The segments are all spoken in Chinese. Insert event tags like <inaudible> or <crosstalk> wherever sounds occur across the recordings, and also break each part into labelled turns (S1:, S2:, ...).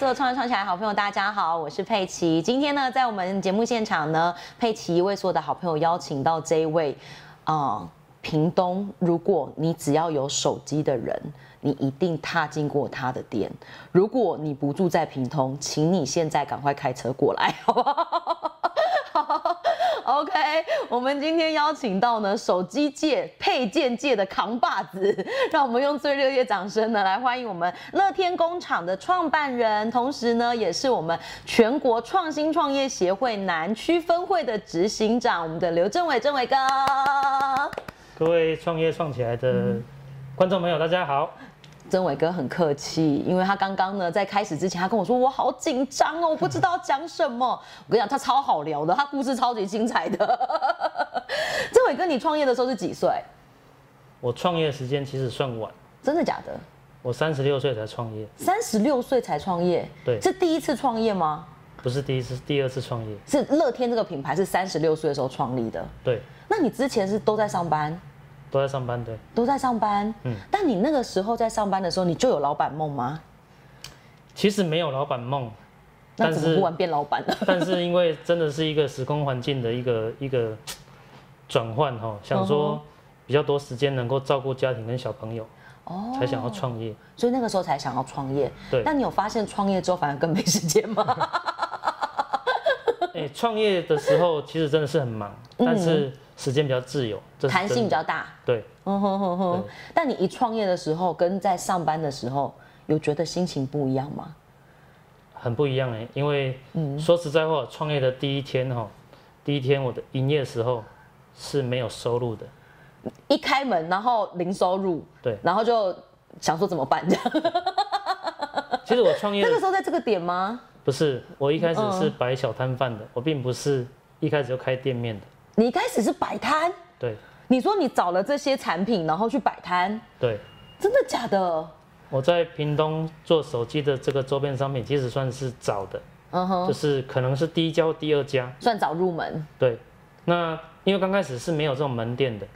S1: 的创业创起来好朋友，大家好，我是佩奇。今天呢，在我们节目现场呢，佩奇为所有的好朋友邀请到这一位，呃，屏东，如果你只要有手机的人，你一定踏进过他的店。如果你不住在屏东，请你现在赶快开车过来，好不好？好 OK，我们今天邀请到呢手机界、配件界的扛把子， <laughs> 让我们用最热烈掌声呢来欢迎我们乐天工厂的创办人，同时呢也是我们全国创新创业协会南区分会的执行长，我们的刘政伟，政伟哥。
S2: 各位创业创起来的
S1: 嗯
S2: 观众朋友，大家好。
S1: 曾伟哥很客气，因为他刚刚呢在开始之前，他跟我说我好紧张哦，我不知道讲什么。 <laughs> 我跟你讲，他超好聊的，他故事超级精彩的。 <laughs> 曾伟哥，你创业的时候是几岁？
S2: 我创业时间其实算晚，
S1: 真的假的？
S2: 我三十六岁才创业，
S1: 三十六岁才创业，
S2: 对
S1: 是第一次创业吗？
S2: 不是第一次，第二次创业。
S1: 是乐天这个品牌是三十六岁的时候创立的。
S2: 对，
S1: 那你之前是都在上班，
S2: 都在上班。对，
S1: 都在上班，嗯
S2: 嗯。
S1: 但你那个时候在上班的时候，你就有老板梦吗？
S2: 其实没有老
S1: <laughs>
S2: 板梦，
S1: 那
S2: 但
S1: 怎么
S2: 是
S1: 忽然变老板了？ <laughs>
S2: 但是因为真的是一个时空环境的一个一个转换哈，想
S1: 嗯
S2: 说比较多时间能够照顾家庭跟小朋友，哦，才想要创业。
S1: 所以那个时候才想要创业。
S2: 对
S1: 但你有发现创业之后反而更没时间吗？
S2: <laughs> 哎，创业的时候其实真的是很忙，但是时间比较自由，这
S1: 嗯
S2: 是
S1: 弹性比
S2: 真的
S1: 较大。
S2: 对。
S1: 嗯哼哼哼
S2: 对。
S1: 但你一创业的时候跟在上班的时候，有觉得心情不一样吗？
S2: 很不一样哎、因为
S1: 嗯
S2: 说实在话，我创业的第一天哈，第一天我的营业时候是没有收入的，
S1: 一开门，然后零收入，。
S2: 对
S1: 然后就想说怎么办这 <laughs> 样。
S2: 其实我创业
S1: 那个时候在嗯这个点吗？
S2: 不是，我一开始是摆小摊贩的，我并不是一开始就开店面的，
S1: 你一开始是摆摊，
S2: 对
S1: 你说你找了这些产品，然后去摆摊，
S2: 对。
S1: 真的假的？
S2: 我在屏东做手机的这个周边商品，其实算是早的，
S1: 嗯哼，
S2: 就是可能是第一家或第二家，
S1: 算早入门。
S2: 对，那因为刚开始是没有这种门店的，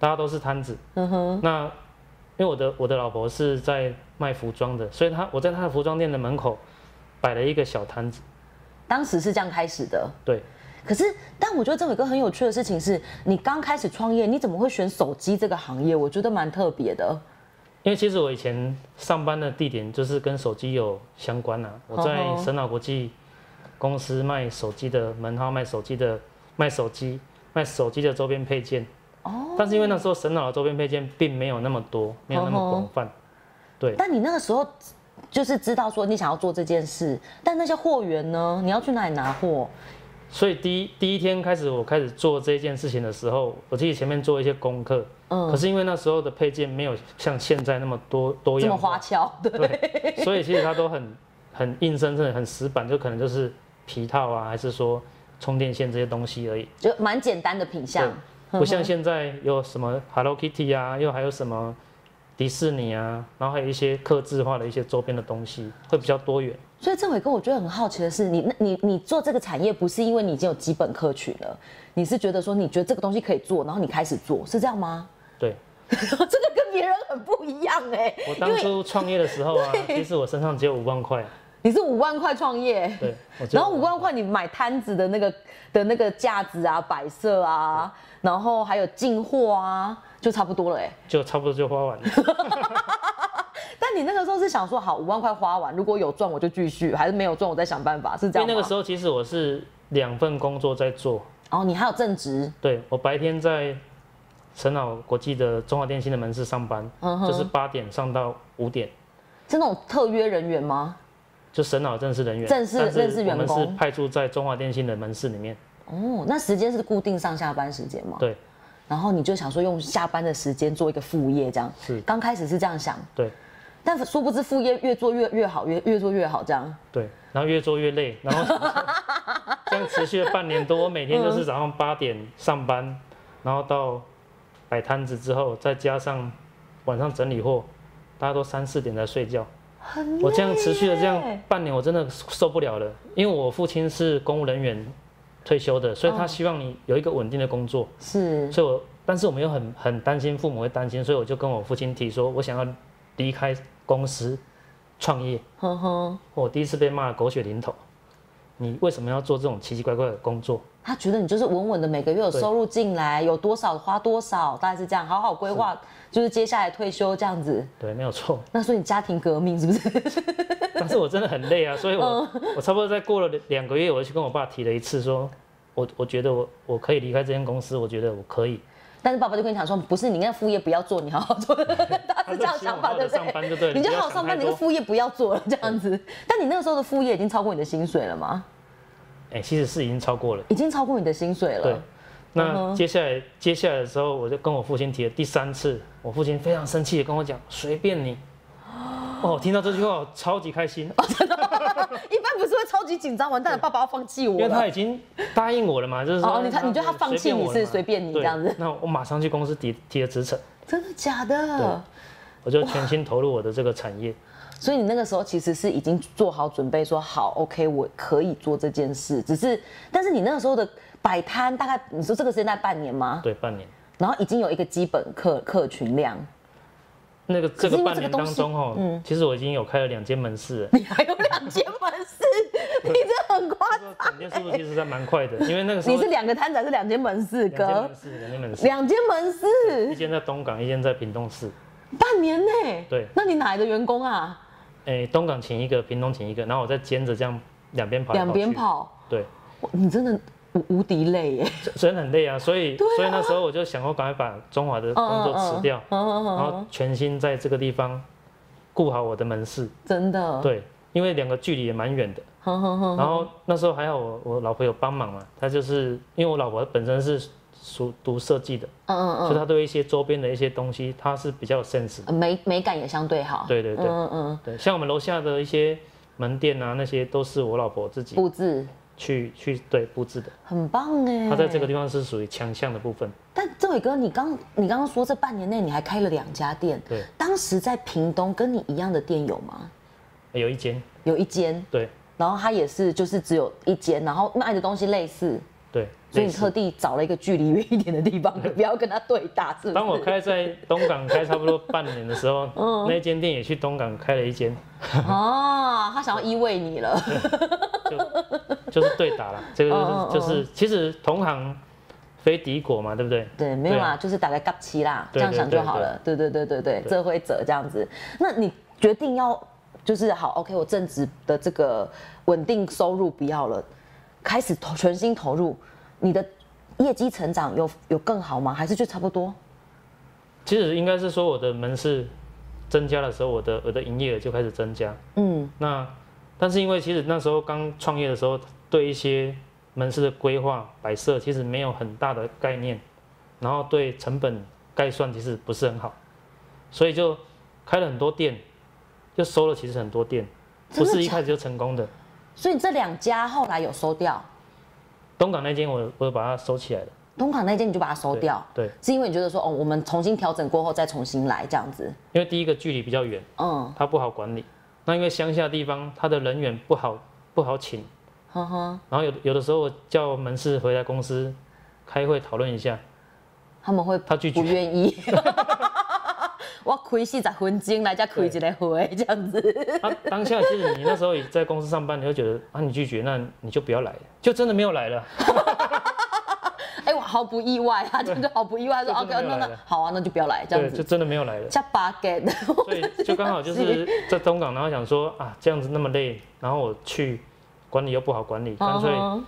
S2: 大家都是摊子。嗯哼。那因为我的我的老婆是在卖服装的，所以她我在她的服装店的门口摆了一个小摊子。
S1: 当时是这样开始的，
S2: 对，
S1: 可是，但我觉得这伟哥很有趣的事情是，你刚开始创业，你怎么会选手机这个行业？我觉得蛮特别的。
S2: 因为其实我以前上班的地点就是跟手机有相关啊，我
S1: 哦
S2: 在
S1: 吼
S2: 神脑国际公司卖手机的门号，卖手机的卖手机卖手机的周边配件。哦。但是因为那时候神脑的周边配件并没有那么多，没有那
S1: 哦
S2: 么
S1: 吼
S2: 广泛。对。
S1: 但你那个时候就是知道说你想要做这件事，但那些货源呢？你要去哪里拿货？
S2: 所以第一第一天开始，我开始做这件事情的时候，我自己前面做一些功课，
S1: 嗯
S2: 可是因为那时候的配件没有像现在那么
S1: <laughs>
S2: 多多
S1: 这
S2: 样
S1: 么
S2: 化
S1: 花，俏，对，
S2: 对，所以其实它都很很硬生生的、很死板，就可能就是皮套啊，还是说充电线这些东西而已，
S1: 就蛮简单的品相。
S2: 不像现在有什么 Hello Kitty 啊，又还有什么迪士尼啊，然后还有一些刻制化的一些周边的东西，会比较多元。
S1: 所以郑伟哥，我觉得很好奇的是，你那你你做这个产业不是因为你已经有基本客群了，你是觉得说你觉得这个东西可以做，然后你开始做，是这样吗？ <laughs>
S2: 对
S1: 这个跟别人很不一样哎、
S2: 我
S1: 因
S2: 当
S1: 为
S2: 初创业的时候
S1: <laughs>
S2: 啊，其实我身上只有五万块，啊
S1: 你是五万块创业，
S2: 对，我只有
S1: 然后五万块你买摊子的那个的那个架子啊、摆设啊，然后还有进货啊，就差不多了哎、
S2: 就差不多就
S1: <laughs>
S2: 花完了。
S1: 但你那个时候是想说，好，五万块花完，如果有赚我就继续，还是没有赚我再想办法，是这
S2: 因为
S1: 样
S2: 那个时
S1: 候，
S2: 候其实我是两份工作在做，
S1: 哦，你还有正职，
S2: 对我白天在陈老国际的中华电信的门市上班，
S1: 嗯
S2: 就是八点上到五点，
S1: 是那种特约人员吗？
S2: 就沈老正式人员，
S1: 正式
S2: 但是
S1: 正式员工
S2: 我们是派驻在中华电信的门市里面，
S1: 哦，那时间是固定上下班时间吗？
S2: 对
S1: 然后你就想说用下班的时间做一个副业，这样
S2: 是
S1: 刚开始是这样想，
S2: 对
S1: 但殊不知副业越做越越好，越越做越好这样。
S2: 对，然后越做越累，然后 <laughs> 这样持续了半年多，我每天就是早上八点上班，然后到摆摊子之后，再加上晚上整理货，大家都三四点才睡觉。
S1: 很
S2: 我这样持续了这样
S1: 累耶
S2: 半年，我真的受不了了。因为我父亲是公务人员退休的，所以他希望你有一个稳定的工作。
S1: 是
S2: 所以我，但是我们又很很担心父母会担心，所以我就跟我父亲提说，我想要离开公司，创业，
S1: 哼哼，
S2: 我第一次被骂得狗血淋头。你为什么要做这种奇奇怪怪的工作？
S1: 他觉得你就是稳稳的每个月有
S2: 对
S1: 收入进来，有多少花多少，大概是这样，好好规划，就是接下来退休这样子。
S2: 对，没有错。
S1: 那所以你家庭革命是不是？
S2: 但是我真的很累啊，所以我我差不多在过了两个月，我就去跟我爸提了一次说我我觉得我我可以离开这间公司，我觉得我可以。
S1: 但是爸爸就跟你讲说，不是你那副业不要做，你好好
S2: <laughs>
S1: 做，他是这样想法，
S2: 他
S1: 对
S2: 就
S1: 不
S2: 希望我好好上班就
S1: 对？
S2: 对了
S1: 你就
S2: 不要
S1: 好好上班，
S2: 想太
S1: 你
S2: 多
S1: 那个副业不要做了这样子。但你那个时候的副业已经超过你的薪水了吗？
S2: 哎、其实是已经超过了。
S1: 已经超过你的嗯薪水
S2: 对
S1: 了。，
S2: 那接下来接下来的时候，我就跟我父亲提了第三次，我父亲非常生气的跟我讲：“随便你。”哦，我听到这句话我超级开心，
S1: 哦一般不是会超级紧张，完蛋了，爸爸要放弃我
S2: 因为
S1: 了
S2: 他。已经答应我了嘛，就是
S1: 哦
S2: 说
S1: 你他你觉得他放弃你是随便你这样子
S2: 对那我马上去公司提提了职称，
S1: 真的假的？
S2: 我就全心投入我的这个产业。
S1: 所以你那个时候其实是已经做好准备，说好，OK，我可以做这件事。只是，但是你那个时候的摆摊，大概你说这个时间在半年吗？
S2: 对，半年。
S1: 然后已经有一个基本客客群量，
S2: 那个这
S1: 是
S2: 个
S1: 因为
S2: 半
S1: 这个
S2: 年
S1: 东
S2: 当
S1: 西嗯
S2: 中哦，其实我已经有开了两间门市
S1: <laughs>
S2: 了，
S1: 你还有两间门市，你这很夸张。
S2: 转店速度其实还蛮快的，因为那个时候
S1: 你是两个摊子还是两间门市？
S2: 两间
S1: 哥
S2: 门，市，两间门市，
S1: 两间门
S2: 一
S1: 市，
S2: 间在东港，一间在屏东市。
S1: 半年呢？
S2: 对
S1: 那你哪来的员工啊？
S2: 哎，东港请一个，屏东请一个，然后我再兼着这样两边跑，
S1: 两边。跑，
S2: 对，
S1: 哇你真的无无敌累耶！
S2: 虽虽然很累啊，所以
S1: 对啊
S2: 所以那时候我就想过赶快把中华的工作辞掉，
S1: 嗯嗯
S2: 然
S1: 嗯嗯，
S2: 后全心在这个地方顾好我的门市。
S1: 真的，
S2: 对，因为两个距离也蛮远的。
S1: 哼哼哼，
S2: 然后那时候还好我我老婆有帮忙嘛，她就是因为我老婆本身是读读设计的，
S1: 嗯嗯
S2: 所以她对一些周边的一些东西，她是比较有 sense 的。
S1: 嗯，美美感也相对好。
S2: 对对对
S1: 嗯嗯，
S2: 对，像我们楼下的一些门店啊，那些都是我老婆自己
S1: 布置
S2: 去去对布置的。
S1: 很棒哎。
S2: 她在这个，地方是属于强项的部分。
S1: 但这伟哥，你刚你刚刚说这半年内你还开了两家店，
S2: 对，
S1: 当时在屏东跟你一样的店有吗？
S2: 有一间，
S1: 有一间，
S2: 对
S1: 然后他也是就是只有一间，然后卖的东西类似，
S2: 对。
S1: 所以
S2: 类
S1: 你
S2: 似
S1: 特地找了一个距离远一点的地方，不要跟他对打，是不是？
S2: 当我开在东港开差不多半年的
S1: <laughs>
S2: 时候，
S1: 嗯
S2: 那间店也去东港开了一间，
S1: 哦，他想要依偎你了，
S2: 就是对打了。这
S1: 哦
S2: 个
S1: 哦
S2: 就是就是其实同行非敌国嘛，对不对？
S1: 对，没有
S2: 对
S1: 啦，
S2: 啊
S1: 就是打个嘎七啦，这
S2: 对
S1: 样想就好了。对对对对对，这会折这样子。那你决定要就是好，OK，我正职的这个稳定收入不要了，开始投全心投入，你的业绩成长有有更好吗？还是就差不多？
S2: 其实应该是说我的门市增加的时候，我的我的营业额就开始增加。
S1: 嗯，
S2: 那但是因为其实那时候刚创业的时候，对一些门市的规划摆设其实没有很大的概念，然后对成本概算其实不是很好，所以就开了很多店，就收了其实很多店，
S1: 真
S2: 不
S1: 的
S2: 是一
S1: 假
S2: 开始就成功的。
S1: 所以这两家后来有收掉，
S2: 东港那间我我把它收起来了，
S1: 东港那间你就把它收
S2: 对
S1: 掉，
S2: 对，
S1: 是因为你觉得说哦，我们重新调整过后再重新来这样子，
S2: 因为第一个距离比较远，
S1: 嗯，
S2: 它不好管理。那因为乡下地方，它的人员不好不好请，
S1: 呵呵，
S2: 然后有有的时候我叫门市回来公司开会讨论一下，
S1: 他们会
S2: 他拒
S1: 不
S2: 绝，
S1: 愿意。 <laughs> 我亏四十分钟来再开一个会，这样
S2: <laughs>
S1: 子。 <laughs>
S2: 他、啊当下其实你那时候也在公司上班，你会觉得啊你拒绝，那你就不要来了，就真的没有来了。
S1: 哎、我毫不意外啊，真的毫不意外，
S2: <laughs>
S1: 说
S2: 就真
S1: OK，
S2: 的没有
S1: 那
S2: 来
S1: 那
S2: 了
S1: 好啊，那就不要来这
S2: 对，
S1: 样
S2: 就
S1: 子。
S2: 真的没有来了。
S1: 加八 get，
S2: 所以就刚好
S1: <laughs>
S2: 就是在东港，然后想说啊这样子那么累，然后我去管理又不好管理，干脆
S1: 嗯哼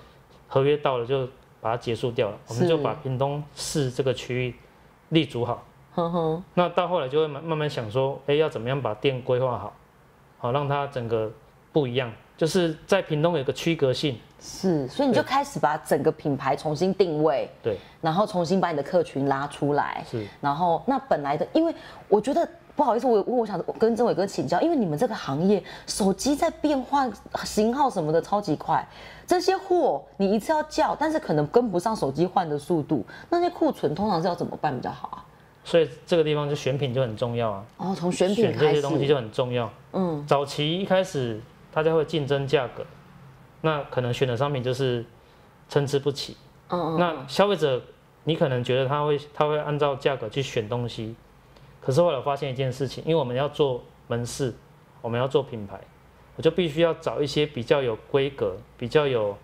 S2: 合约到了就把它结束掉了，我们
S1: 是
S2: 就把屏东市这个区域立足好。
S1: 哼哼，
S2: 那到后来就会慢慢慢想说，哎、要怎么样把店规划好，好让它整个不一样，就是在屏东有个区隔性，
S1: 是，所以你就开始把整个品牌重新定位，
S2: 对，
S1: 然后重新把你的客群拉出来。
S2: 是
S1: 然后那本来的，因为我觉得不好意思，我我我想跟曾伟哥请教，因为你们这个行业手机在变换型号什么的超级快，这些货你一次要叫，但是可能跟不上手机换的速度，那些库存通常是要怎么办比较好啊？
S2: 所以这个地方就选品就很重要啊，
S1: 哦，从选品
S2: 选这
S1: 开
S2: 些
S1: 始，
S2: 东西就很重要。
S1: 嗯，
S2: 早期一开始大家会竞争价格，那可能选的商品就是参差不齐，
S1: 嗯嗯，
S2: 那消费者你可能觉得他会他会按照价格去选东西，可是后来我发现一件事情，因为我们要做门市，我们要做品牌，我就必须要找一些比较有规格、比较有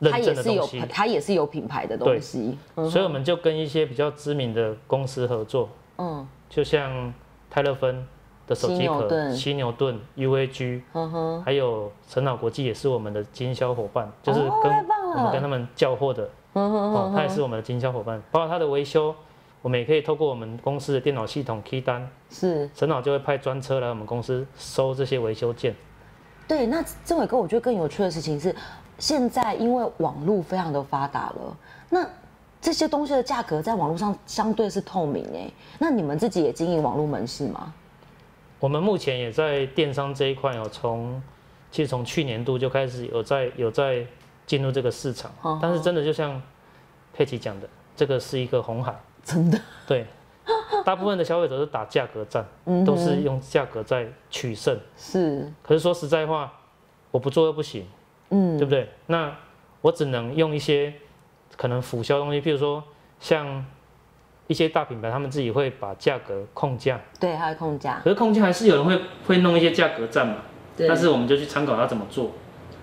S2: 认
S1: 它
S2: 证
S1: 也
S2: 的
S1: 是
S2: 东
S1: 有
S2: 西。
S1: 它也是有品牌的东西，嗯
S2: 所以我们就跟一些比较知名的公司合作，
S1: 嗯
S2: 就像泰勒芬的手
S1: 犀
S2: 机
S1: 牛
S2: 壳、
S1: 顿
S2: 犀牛顿、UAG，
S1: 嗯哼，
S2: 还有陈老国际也是我们的经销伙伴，就是
S1: 哦
S2: 跟
S1: 太棒了
S2: 我们跟他们交货的，
S1: 嗯哼
S2: 哦，他也是我们的经销伙伴，包括他的维修，我们也可以透过我们公司的电脑系统 key 单，
S1: 是
S2: 陈老就会派专车来我们公司收这些维修件。
S1: 对。那政伟哥，我觉得更有趣的事情是，现在因为网络非常的发达了，那这些东西的价格在网络上相对是透明哎、那你们自己也经营网络门市吗？
S2: 我们目前也在电商这一块哦，从其实从去年度就开始有在有在进入这个市场，
S1: 哦
S2: 但是真的就像佩奇讲的，这个是一个红海，
S1: 真的，
S2: 对，大部分的消费者都打价格战，都是用价格在取胜。
S1: 嗯是
S2: 可是说实在话，我不做又不行，
S1: 嗯
S2: 对不对？那我只能用一些可能辅销的东西，譬如说像一些大品牌，他们自己会把价格控价，
S1: 对，它的控价，
S2: 可是控价还是有人会会弄一些价格战嘛。
S1: 对
S2: 但是我们就去参考他怎么做。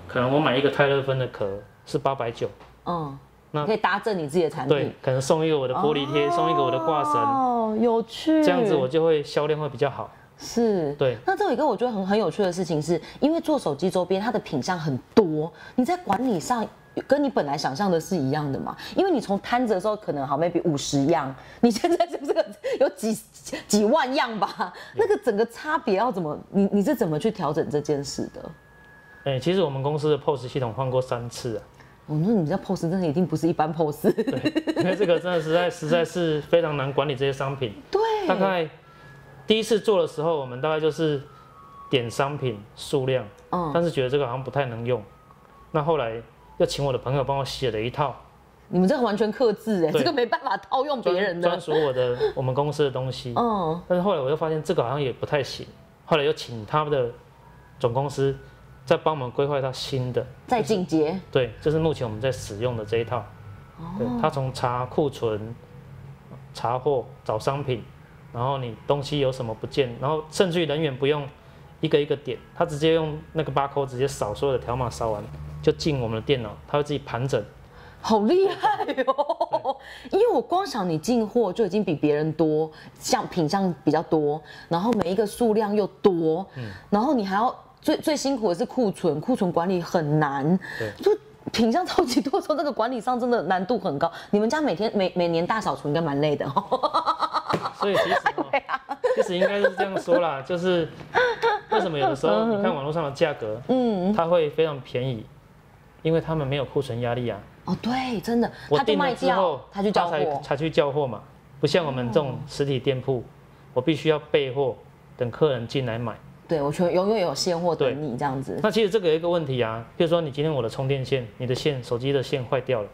S2: 可能我买一个泰勒芬的壳是八百九，
S1: 嗯，
S2: 那
S1: 你可以搭正你自己的产品，
S2: 对，可能送一个我的玻璃贴，送一个我的挂绳，
S1: 哦，有趣，
S2: 这样子我就会销量会比较好。
S1: 是
S2: 对。
S1: 那这有一个我觉得很很有趣的事情是，因为做手机周边，它的品相很多，你在管理上。跟你本来想象的是一样的嘛？因为你从摊子的时候可能好 maybe 五十样，你现在就这个有几几几万样吧？那个整个差别要怎么？你你是怎么去调整这件事的？
S2: 哎、其实我们公司的 POS 系统换过三次啊，
S1: 我说哦你在 POS 真的一定不是一般 POS， <laughs>
S2: 因为这个真的实在实在是非常难管理这些商品。
S1: 对，
S2: 大概第一次做的时候，我们大概就是点商品数量，
S1: 嗯
S2: 但是觉得这个好像不太能用。那后来又请我的朋友帮我写了一套
S1: 你们这个完全克制哎，
S2: 对
S1: 这个没办法套用别人的，
S2: 专专属我的我们公司的东西，
S1: 嗯，
S2: 但是后来我又发现这个好像也不太行，后来又请他们的总公司再帮我们规划一套新的，
S1: 再进阶，
S2: 对，就是目前我们在使用的这一套。对，它从查库存、查货、找商品，然后你东西有什么不见，然后甚至于人员不用一个一个点，他直接用那个 barcode 直接扫所有的条码，扫完就进我们的电脑，它会自己盘整。
S1: 好厉害哦！因为我光想你进货就已经比别人多，像品相比较多，然后每一个数量又多，
S2: 嗯
S1: 然后你还要最最辛苦的是库存，库存管理很难，
S2: 对
S1: 就品相超级多的时候，那个管理上真的难度很高。你们家每天每每年大扫除应该蛮累的
S2: <laughs>
S1: 哦。
S2: 所以其实、哦其实应该是这样说啦，就是为什么有的时候你看网络上的价格，嗯，它会非常便宜，因为他们没有库存压力啊。
S1: 哦，对，真的，
S2: 我
S1: 他就
S2: 订
S1: 卖
S2: 了之
S1: 掉
S2: 后，，
S1: 他去交
S2: 才
S1: 货，
S2: 才去交货嘛，不像我们这种实体店铺，我必须要备货，等客人进来买。
S1: 对我全永远有现货
S2: 对
S1: 等你这样子。
S2: 那其实这个有一个问题啊，比如说你今天我的充电线，你的线手机的线坏掉了，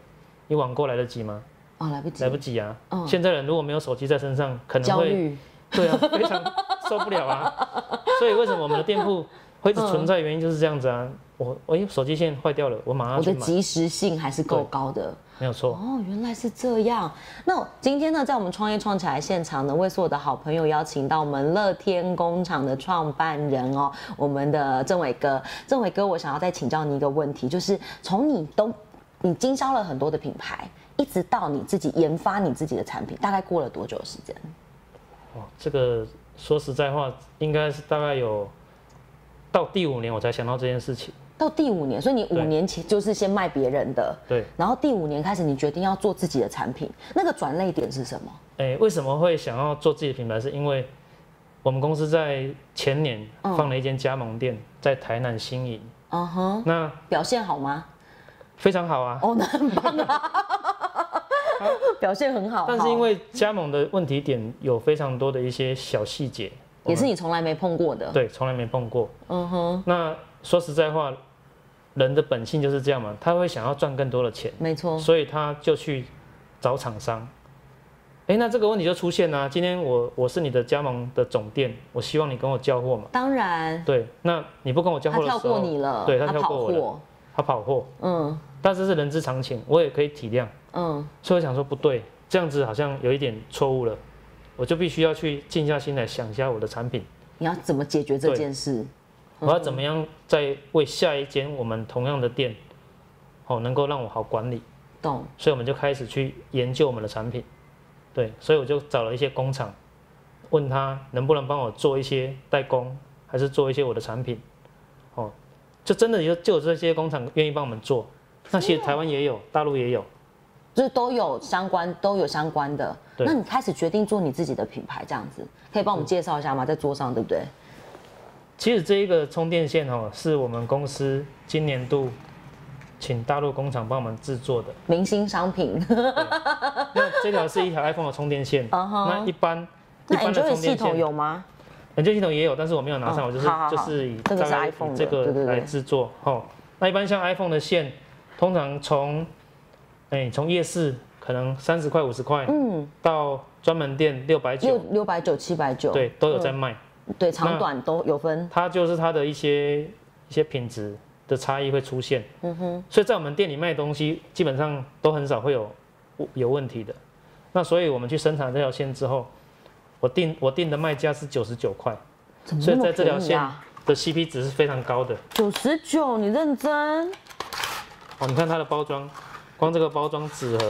S2: 你网购来得及吗？
S1: 哦，来不及
S2: 来，不及啊。现在人如果没有手机在身上，可能
S1: 嗯焦
S2: 会
S1: 虑，
S2: 对啊，非常受不了
S1: <laughs>
S2: 啊。所以为什么我们的店铺会一直
S1: 嗯
S2: 存在？的原因就是这样子啊。我我因为手机线坏掉了，我马上
S1: 我
S2: 去
S1: 的
S2: 买，
S1: 及时性还是够
S2: 对
S1: 高的。
S2: 没有错。
S1: 哦，原来是这样。那今天呢，在我们创业创起来现场呢，为所有的好朋友邀请到我们乐天工厂的创办人哦，我们的郑伟哥。郑伟哥，我想要再请教你一个问题，就是从你都你经销了很多的品牌，一直到你自己研发你自己的产品，大概过了多久的时间？
S2: 哇，这个说实在话，应该是大概有到第五年我才想到这件事情。
S1: 到第五年，所以你五
S2: 对
S1: 年前就是先卖别人的，
S2: 对，
S1: 然后第五年开始你决定要做自己的产品，那个转类点是什么？
S2: 哎，为什么会想要做自己的品牌？是因为我们公司在前年
S1: 嗯
S2: 放了一间加盟店，在台南新营，
S1: 嗯哼，
S2: 那
S1: 表现好吗？
S2: 非常好啊。
S1: 哦，那很棒啊，表现很好。
S2: 但是因
S1: 好
S2: 为加盟的问题点有非常多的一些小细节，
S1: 也是你从来没碰过的，
S2: 对，从来没碰过。
S1: 嗯哼，
S2: 那说实在话，人的本性就是这样嘛，他会想要赚更多的钱，
S1: 没错，
S2: 所以他就去找厂商。哎，那这个问题就出现啦、今天我我是你的加盟的总店，我希望你跟我交货嘛。
S1: 当然
S2: 对，那你不跟我交
S1: 他
S2: 货的时
S1: 跳
S2: 候，
S1: 过你了，
S2: 对他跳
S1: 跑
S2: 过我了，
S1: 货，
S2: 他跑货，
S1: 嗯
S2: 但这是人之常情，我也可以体谅。
S1: 嗯，
S2: 所以我想说，不对，这样子好像有一点错误了，我就必须要去静下心来想一下我的产品。
S1: 你要怎么解决这件事？
S2: 我要怎么样再为下一间我们同样的店，哦，能够让我好管理，
S1: 懂，
S2: 所以我们就开始去研究我们的产品，对，所以我就找了一些工厂，问他能不能帮我做一些代工，还是做一些我的产品，哦，就真的有就有这些工厂愿意帮我们做，那其实台湾也有，大陆也有，
S1: 就是都有相关，都有相关的。
S2: 对
S1: 那你开始决定做你自己的品牌，这样子可以帮我们介绍一下吗？在桌上，对不对？
S2: 其实这一个充电线哦，是我们公司今年度请大陆工厂帮我们制作的。
S1: 明星商品，
S2: 那这条是一条 iPhone 的充电线，
S1: 啊哈
S2: 那一般一
S1: 那
S2: 般的
S1: Android
S2: 充
S1: 系
S2: 电
S1: 统
S2: 线，
S1: 有吗？
S2: 冷却系统也有，但是我没有拿上，
S1: 哦
S2: 我就是
S1: 好好好
S2: 就是以
S1: 这个是
S2: 大概以
S1: iPhone 的
S2: 这
S1: 对对
S2: 个
S1: 对
S2: 来制作。哦，那一般像 iPhone 的线，通常从哎从夜市可能三十块五十块，
S1: 嗯，
S2: 到专门店六百
S1: 六
S2: 九，
S1: 六百九、嗯七百九，
S2: 对，都有在卖。
S1: 对，长
S2: 那
S1: 短都有分。
S2: 它就是它的一些一些品质的差异会出现。嗯哼，所以在我们店里卖的东西，基本上都很少会有有问题的。那所以我们去生产这条线之后，我定我定的卖价是九十九块
S1: 怎么
S2: 所
S1: 哦那
S2: 以
S1: 么
S2: 在这条
S1: 便宜啊？
S2: 的 CP 值是非常高的。
S1: 九十九，你认真？
S2: 哦，你看它的包装，光这个包装纸盒，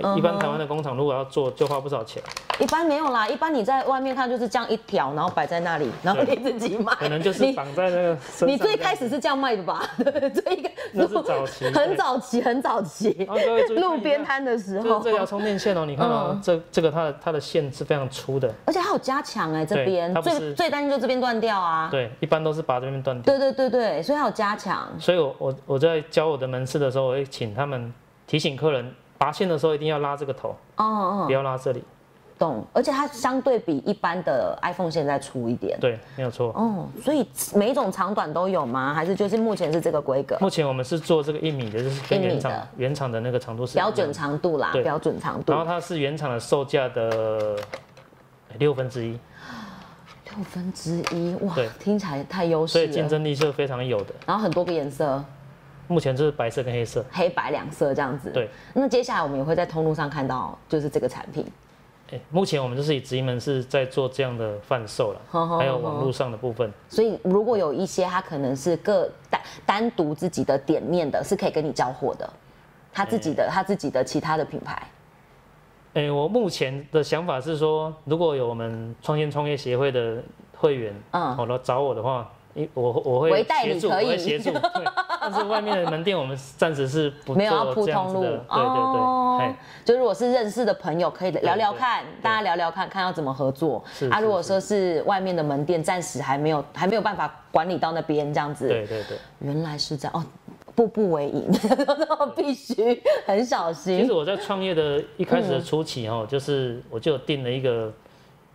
S2: 哦一
S1: 嗯
S2: 般台湾的工厂如果要做，就花不少钱，
S1: 一般没有啦，一般你在外面看就是这样一条，然后摆在那里，然后你
S2: 对
S1: 自己买。
S2: 可能就是
S1: 你
S2: 绑在那个身上。
S1: 你最开始是这样卖的吧？ <laughs> 最一个
S2: 那是早期
S1: <laughs>
S2: 哦
S1: 很早期，很早期
S2: 然后各位注意看一下
S1: 路边摊嗯的时
S2: 就是
S1: 候，
S2: 这条充电线哦，你看哦，这这个它的它的线是非常粗的，
S1: 而且还有加强哎，这
S2: 对
S1: 边
S2: 它不
S1: 最
S2: 是
S1: 最担心就这边断掉啊。
S2: 对，一般都是把这边断掉。
S1: 对对对对，所以还有加强，
S2: 所以我我我在教我的门市的时候，我会请他们提醒客人拔线的时候一定要拉这个头，
S1: 哦哦，
S2: 不要拉这里。
S1: 懂。而且它相对比一般的 iPhone 现在粗一点。
S2: 对，没有错。
S1: 哦，所以每一种长短都有吗？还是就是目前是这个规格？
S2: 目前我们是做这个一米的，就是跟
S1: 一米的
S2: 原厂原厂的那个长度是一样
S1: 标准，长度啦，
S2: 对
S1: 标准长度
S2: 然后它是原厂的售价的哎六分之一，
S1: 啊六分之一，哇
S2: 对，
S1: 听起来太优
S2: 所
S1: 势
S2: 以竞
S1: 了。
S2: 争力是非常有的。
S1: 然后很多个颜色，
S2: 目前就是白色跟黑色，
S1: 黑白两色这样子。
S2: 对。
S1: 那接下来我们也会在通路上看到，就是这个产品。
S2: 哎，目前我们就是以直营门市在做这样的贩售
S1: 好好
S2: 了，还有网络上的部分。
S1: 所以如果有一些它可能是各单单独自己的点面的，是可以跟你交货的，他自己的、他自己的其他的品牌。
S2: 哎，我目前的想法是说，如果有我们创新创业协会的会员，
S1: 嗯
S2: 嗯，好来找我的话，因我我会
S1: 微代理
S2: 协助，我
S1: 可以
S2: 会协助。对，但是外面的门店我们暂时是不
S1: 没有要
S2: 做
S1: 铺
S2: 这样
S1: 通
S2: 子
S1: 路哦
S2: 的，对对对，哎，
S1: 就如果是认识的朋友，可以聊聊看，
S2: 对
S1: 大家聊聊看，看要怎么合作
S2: 是。
S1: 啊，
S2: 是
S1: 如果说是外面的门店，暂时还没有还没有办法管理到那边这样子。
S2: 对对对。
S1: 原来是这样哦，步步为营， <laughs> 必须很小
S2: 其
S1: 心
S2: 实。我在创业的一开始的初期哦，就是我就有定了一个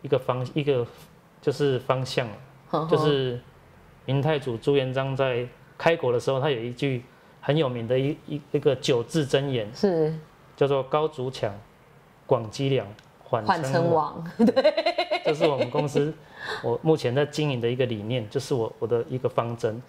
S2: 一个方一个就是方向，
S1: 哦
S2: 就是明太祖朱元璋在开国的时候，他有一句很有名的一一一个九字真言。
S1: 是
S2: 叫做高筑墙，广积粮，缓
S1: 缓
S2: 称
S1: 称
S2: 王。
S1: 王，
S2: 这是我们公司我目前在经营的一个理念，就是我我的一个方针。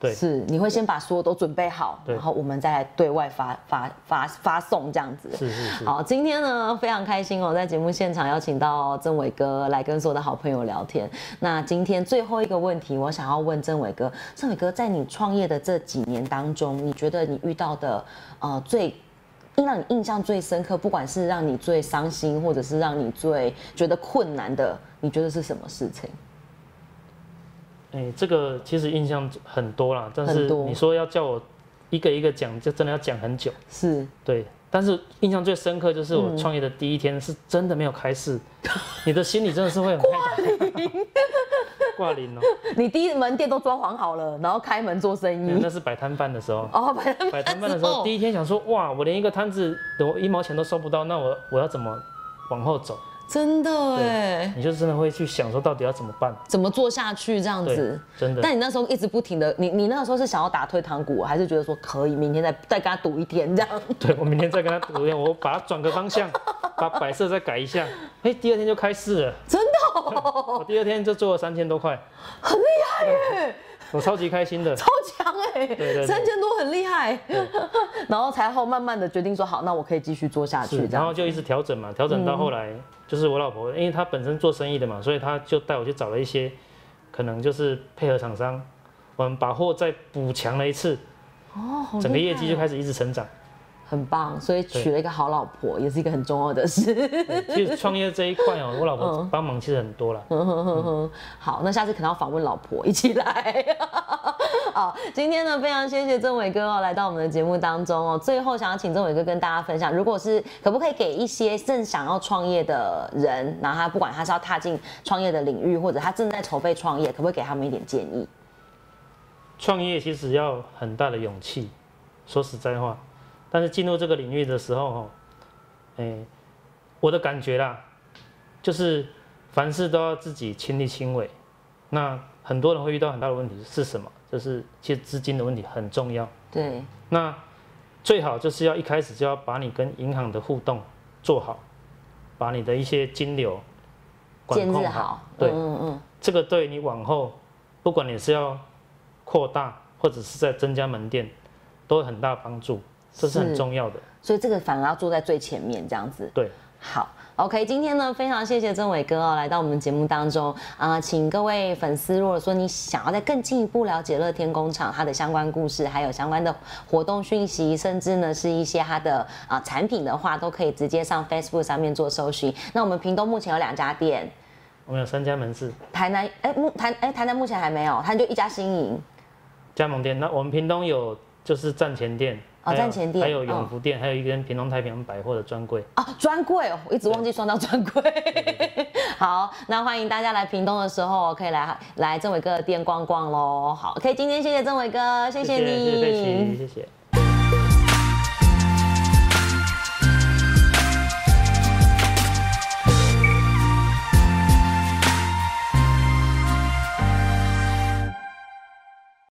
S2: 对
S1: 是你会先把所有都准备好，
S2: 对
S1: 然后我们再来对外发发发发送这样子。
S2: 是是是。
S1: 好，今天呢非常开心哦，在节目现场邀请到曾伟哥来跟所有的好朋友聊天。那今天最后一个问题，我想要问曾伟哥，曾伟哥在你创业的这几年当中，你觉得你遇到的呃最让你印象最深刻，不管是让你最伤心，或者是让你最觉得困难的，你觉得是什么事情？
S2: 哎、这个其实印象很多啦，但
S1: 很
S2: 是
S1: 多
S2: 你说要叫我一个一个讲，就真的要讲很久。
S1: 是
S2: 对，但是印象最深刻就是
S1: 嗯
S2: 我创业的第一天，是真的没有开市，你的心里真的是会很害怕。挂
S1: <laughs>
S2: 零哦，
S1: 你第一门店都装潢好了，然后开门做生
S2: 没有
S1: 意，
S2: 那是摆摊贩的时候。
S1: 哦，摆摊
S2: 摆摊贩的时候，第一天想说，哇，我连一个摊子我一毛钱都收不到，那我我要怎么往后走？
S1: 真的
S2: 对
S1: 哎，
S2: 你就真的会去想说，到底要怎么办？
S1: 怎么做下去这样
S2: 对
S1: 子？，
S2: 真的
S1: 但你那时候一直不停的，你你那个时候是想要打退堂鼓，还是觉得说可以明天再再 <laughs> 跟他赌一天这样？
S2: 对我明天再跟他读一遍，我把它转个方向， <laughs> 把摆设再改一下。哎，第二天就开市了，
S1: 真的哦、
S2: <laughs> 我第二天就做了三千多块，
S1: 很厉害耶，
S2: 我超级开心的。
S1: 超强
S2: 对
S1: 哎，
S2: 对
S1: 三千多很厉害。 <laughs> 然后才后慢慢的决定说好，那我可以继续做下去
S2: 是，
S1: 这
S2: 然
S1: 样。嗯
S2: 后就一直调整嘛，调整到后来就是我老婆，因为她本身做生意的嘛，所以她就带我去找了一些可能就是配合厂商，我们把货再补强了一次，
S1: 哦，好
S2: 整个
S1: 厉
S2: 业
S1: 害
S2: 绩就
S1: 哦
S2: 开始一直
S1: <laughs>
S2: 成长。
S1: 很棒，所以娶了一个好老婆也是一个很重要的事。
S2: 对其实创业这一块哦，我老婆
S1: 嗯
S2: 帮忙其实很多啦。
S1: 好，那下次可能要访问老婆一起来。 <laughs> 好，今天呢非常谢谢政伟哥哦来到我们的节目当中哦。最后想要请政伟哥跟大家分享，如果是可不可以给一些正想要创业的人，然后他不管他是要踏进创业的领域，或者他正在筹备创业，可不可以给他们一点建议？
S2: 创业其实要很大的勇气，说实在话，但是进入这个领域的时候，哦，哎、我的感觉啦，就是凡事都要自己亲力亲为。那很多人会遇到很大的问题是什么？就是其实资金的问题很重要。
S1: 对，
S2: 那最好就是要一开始就要把你跟银行的互动做好，把你的一些金流管
S1: 建
S2: 控
S1: 制
S2: 好。
S1: 好，
S2: 对，
S1: 嗯嗯
S2: 这个对你往后，不管你是要扩大或者是在增加门店，都有很大帮助，这是很
S1: 是
S2: 重要的
S1: 嗯。，所以这个反而要坐在最前面这样子。
S2: 对，
S1: 好，OK，今天呢非常谢谢曾伟哥哦来到我们节目当中啊、呃请各位粉丝，如果说你想要再更进一步了解乐天工厂它的相关故事，还有相关的活动讯息，甚至呢是一些它的啊、呃产品的话，都可以直接上 Facebook 上面做搜寻。那我们屏东目前有两家店，
S2: 我们有三家门市
S1: 台南哎目台哎台南目前还没有，它就一家新营。
S2: 加盟店，那我们屏东有就是站前店，
S1: 哦
S2: 还有
S1: 站前店
S2: 还有
S1: 嗯
S2: 永福店，还有一间屏东太平洋百货的专柜。
S1: 哦，专柜，我一直忘记双到专柜。 <laughs> 好，那欢迎大家来屏东的时候，可以来来政伟哥的店逛逛喽。好，可以今天谢谢政伟哥，谢
S2: 谢
S1: 你，
S2: 谢谢佩奇，谢谢。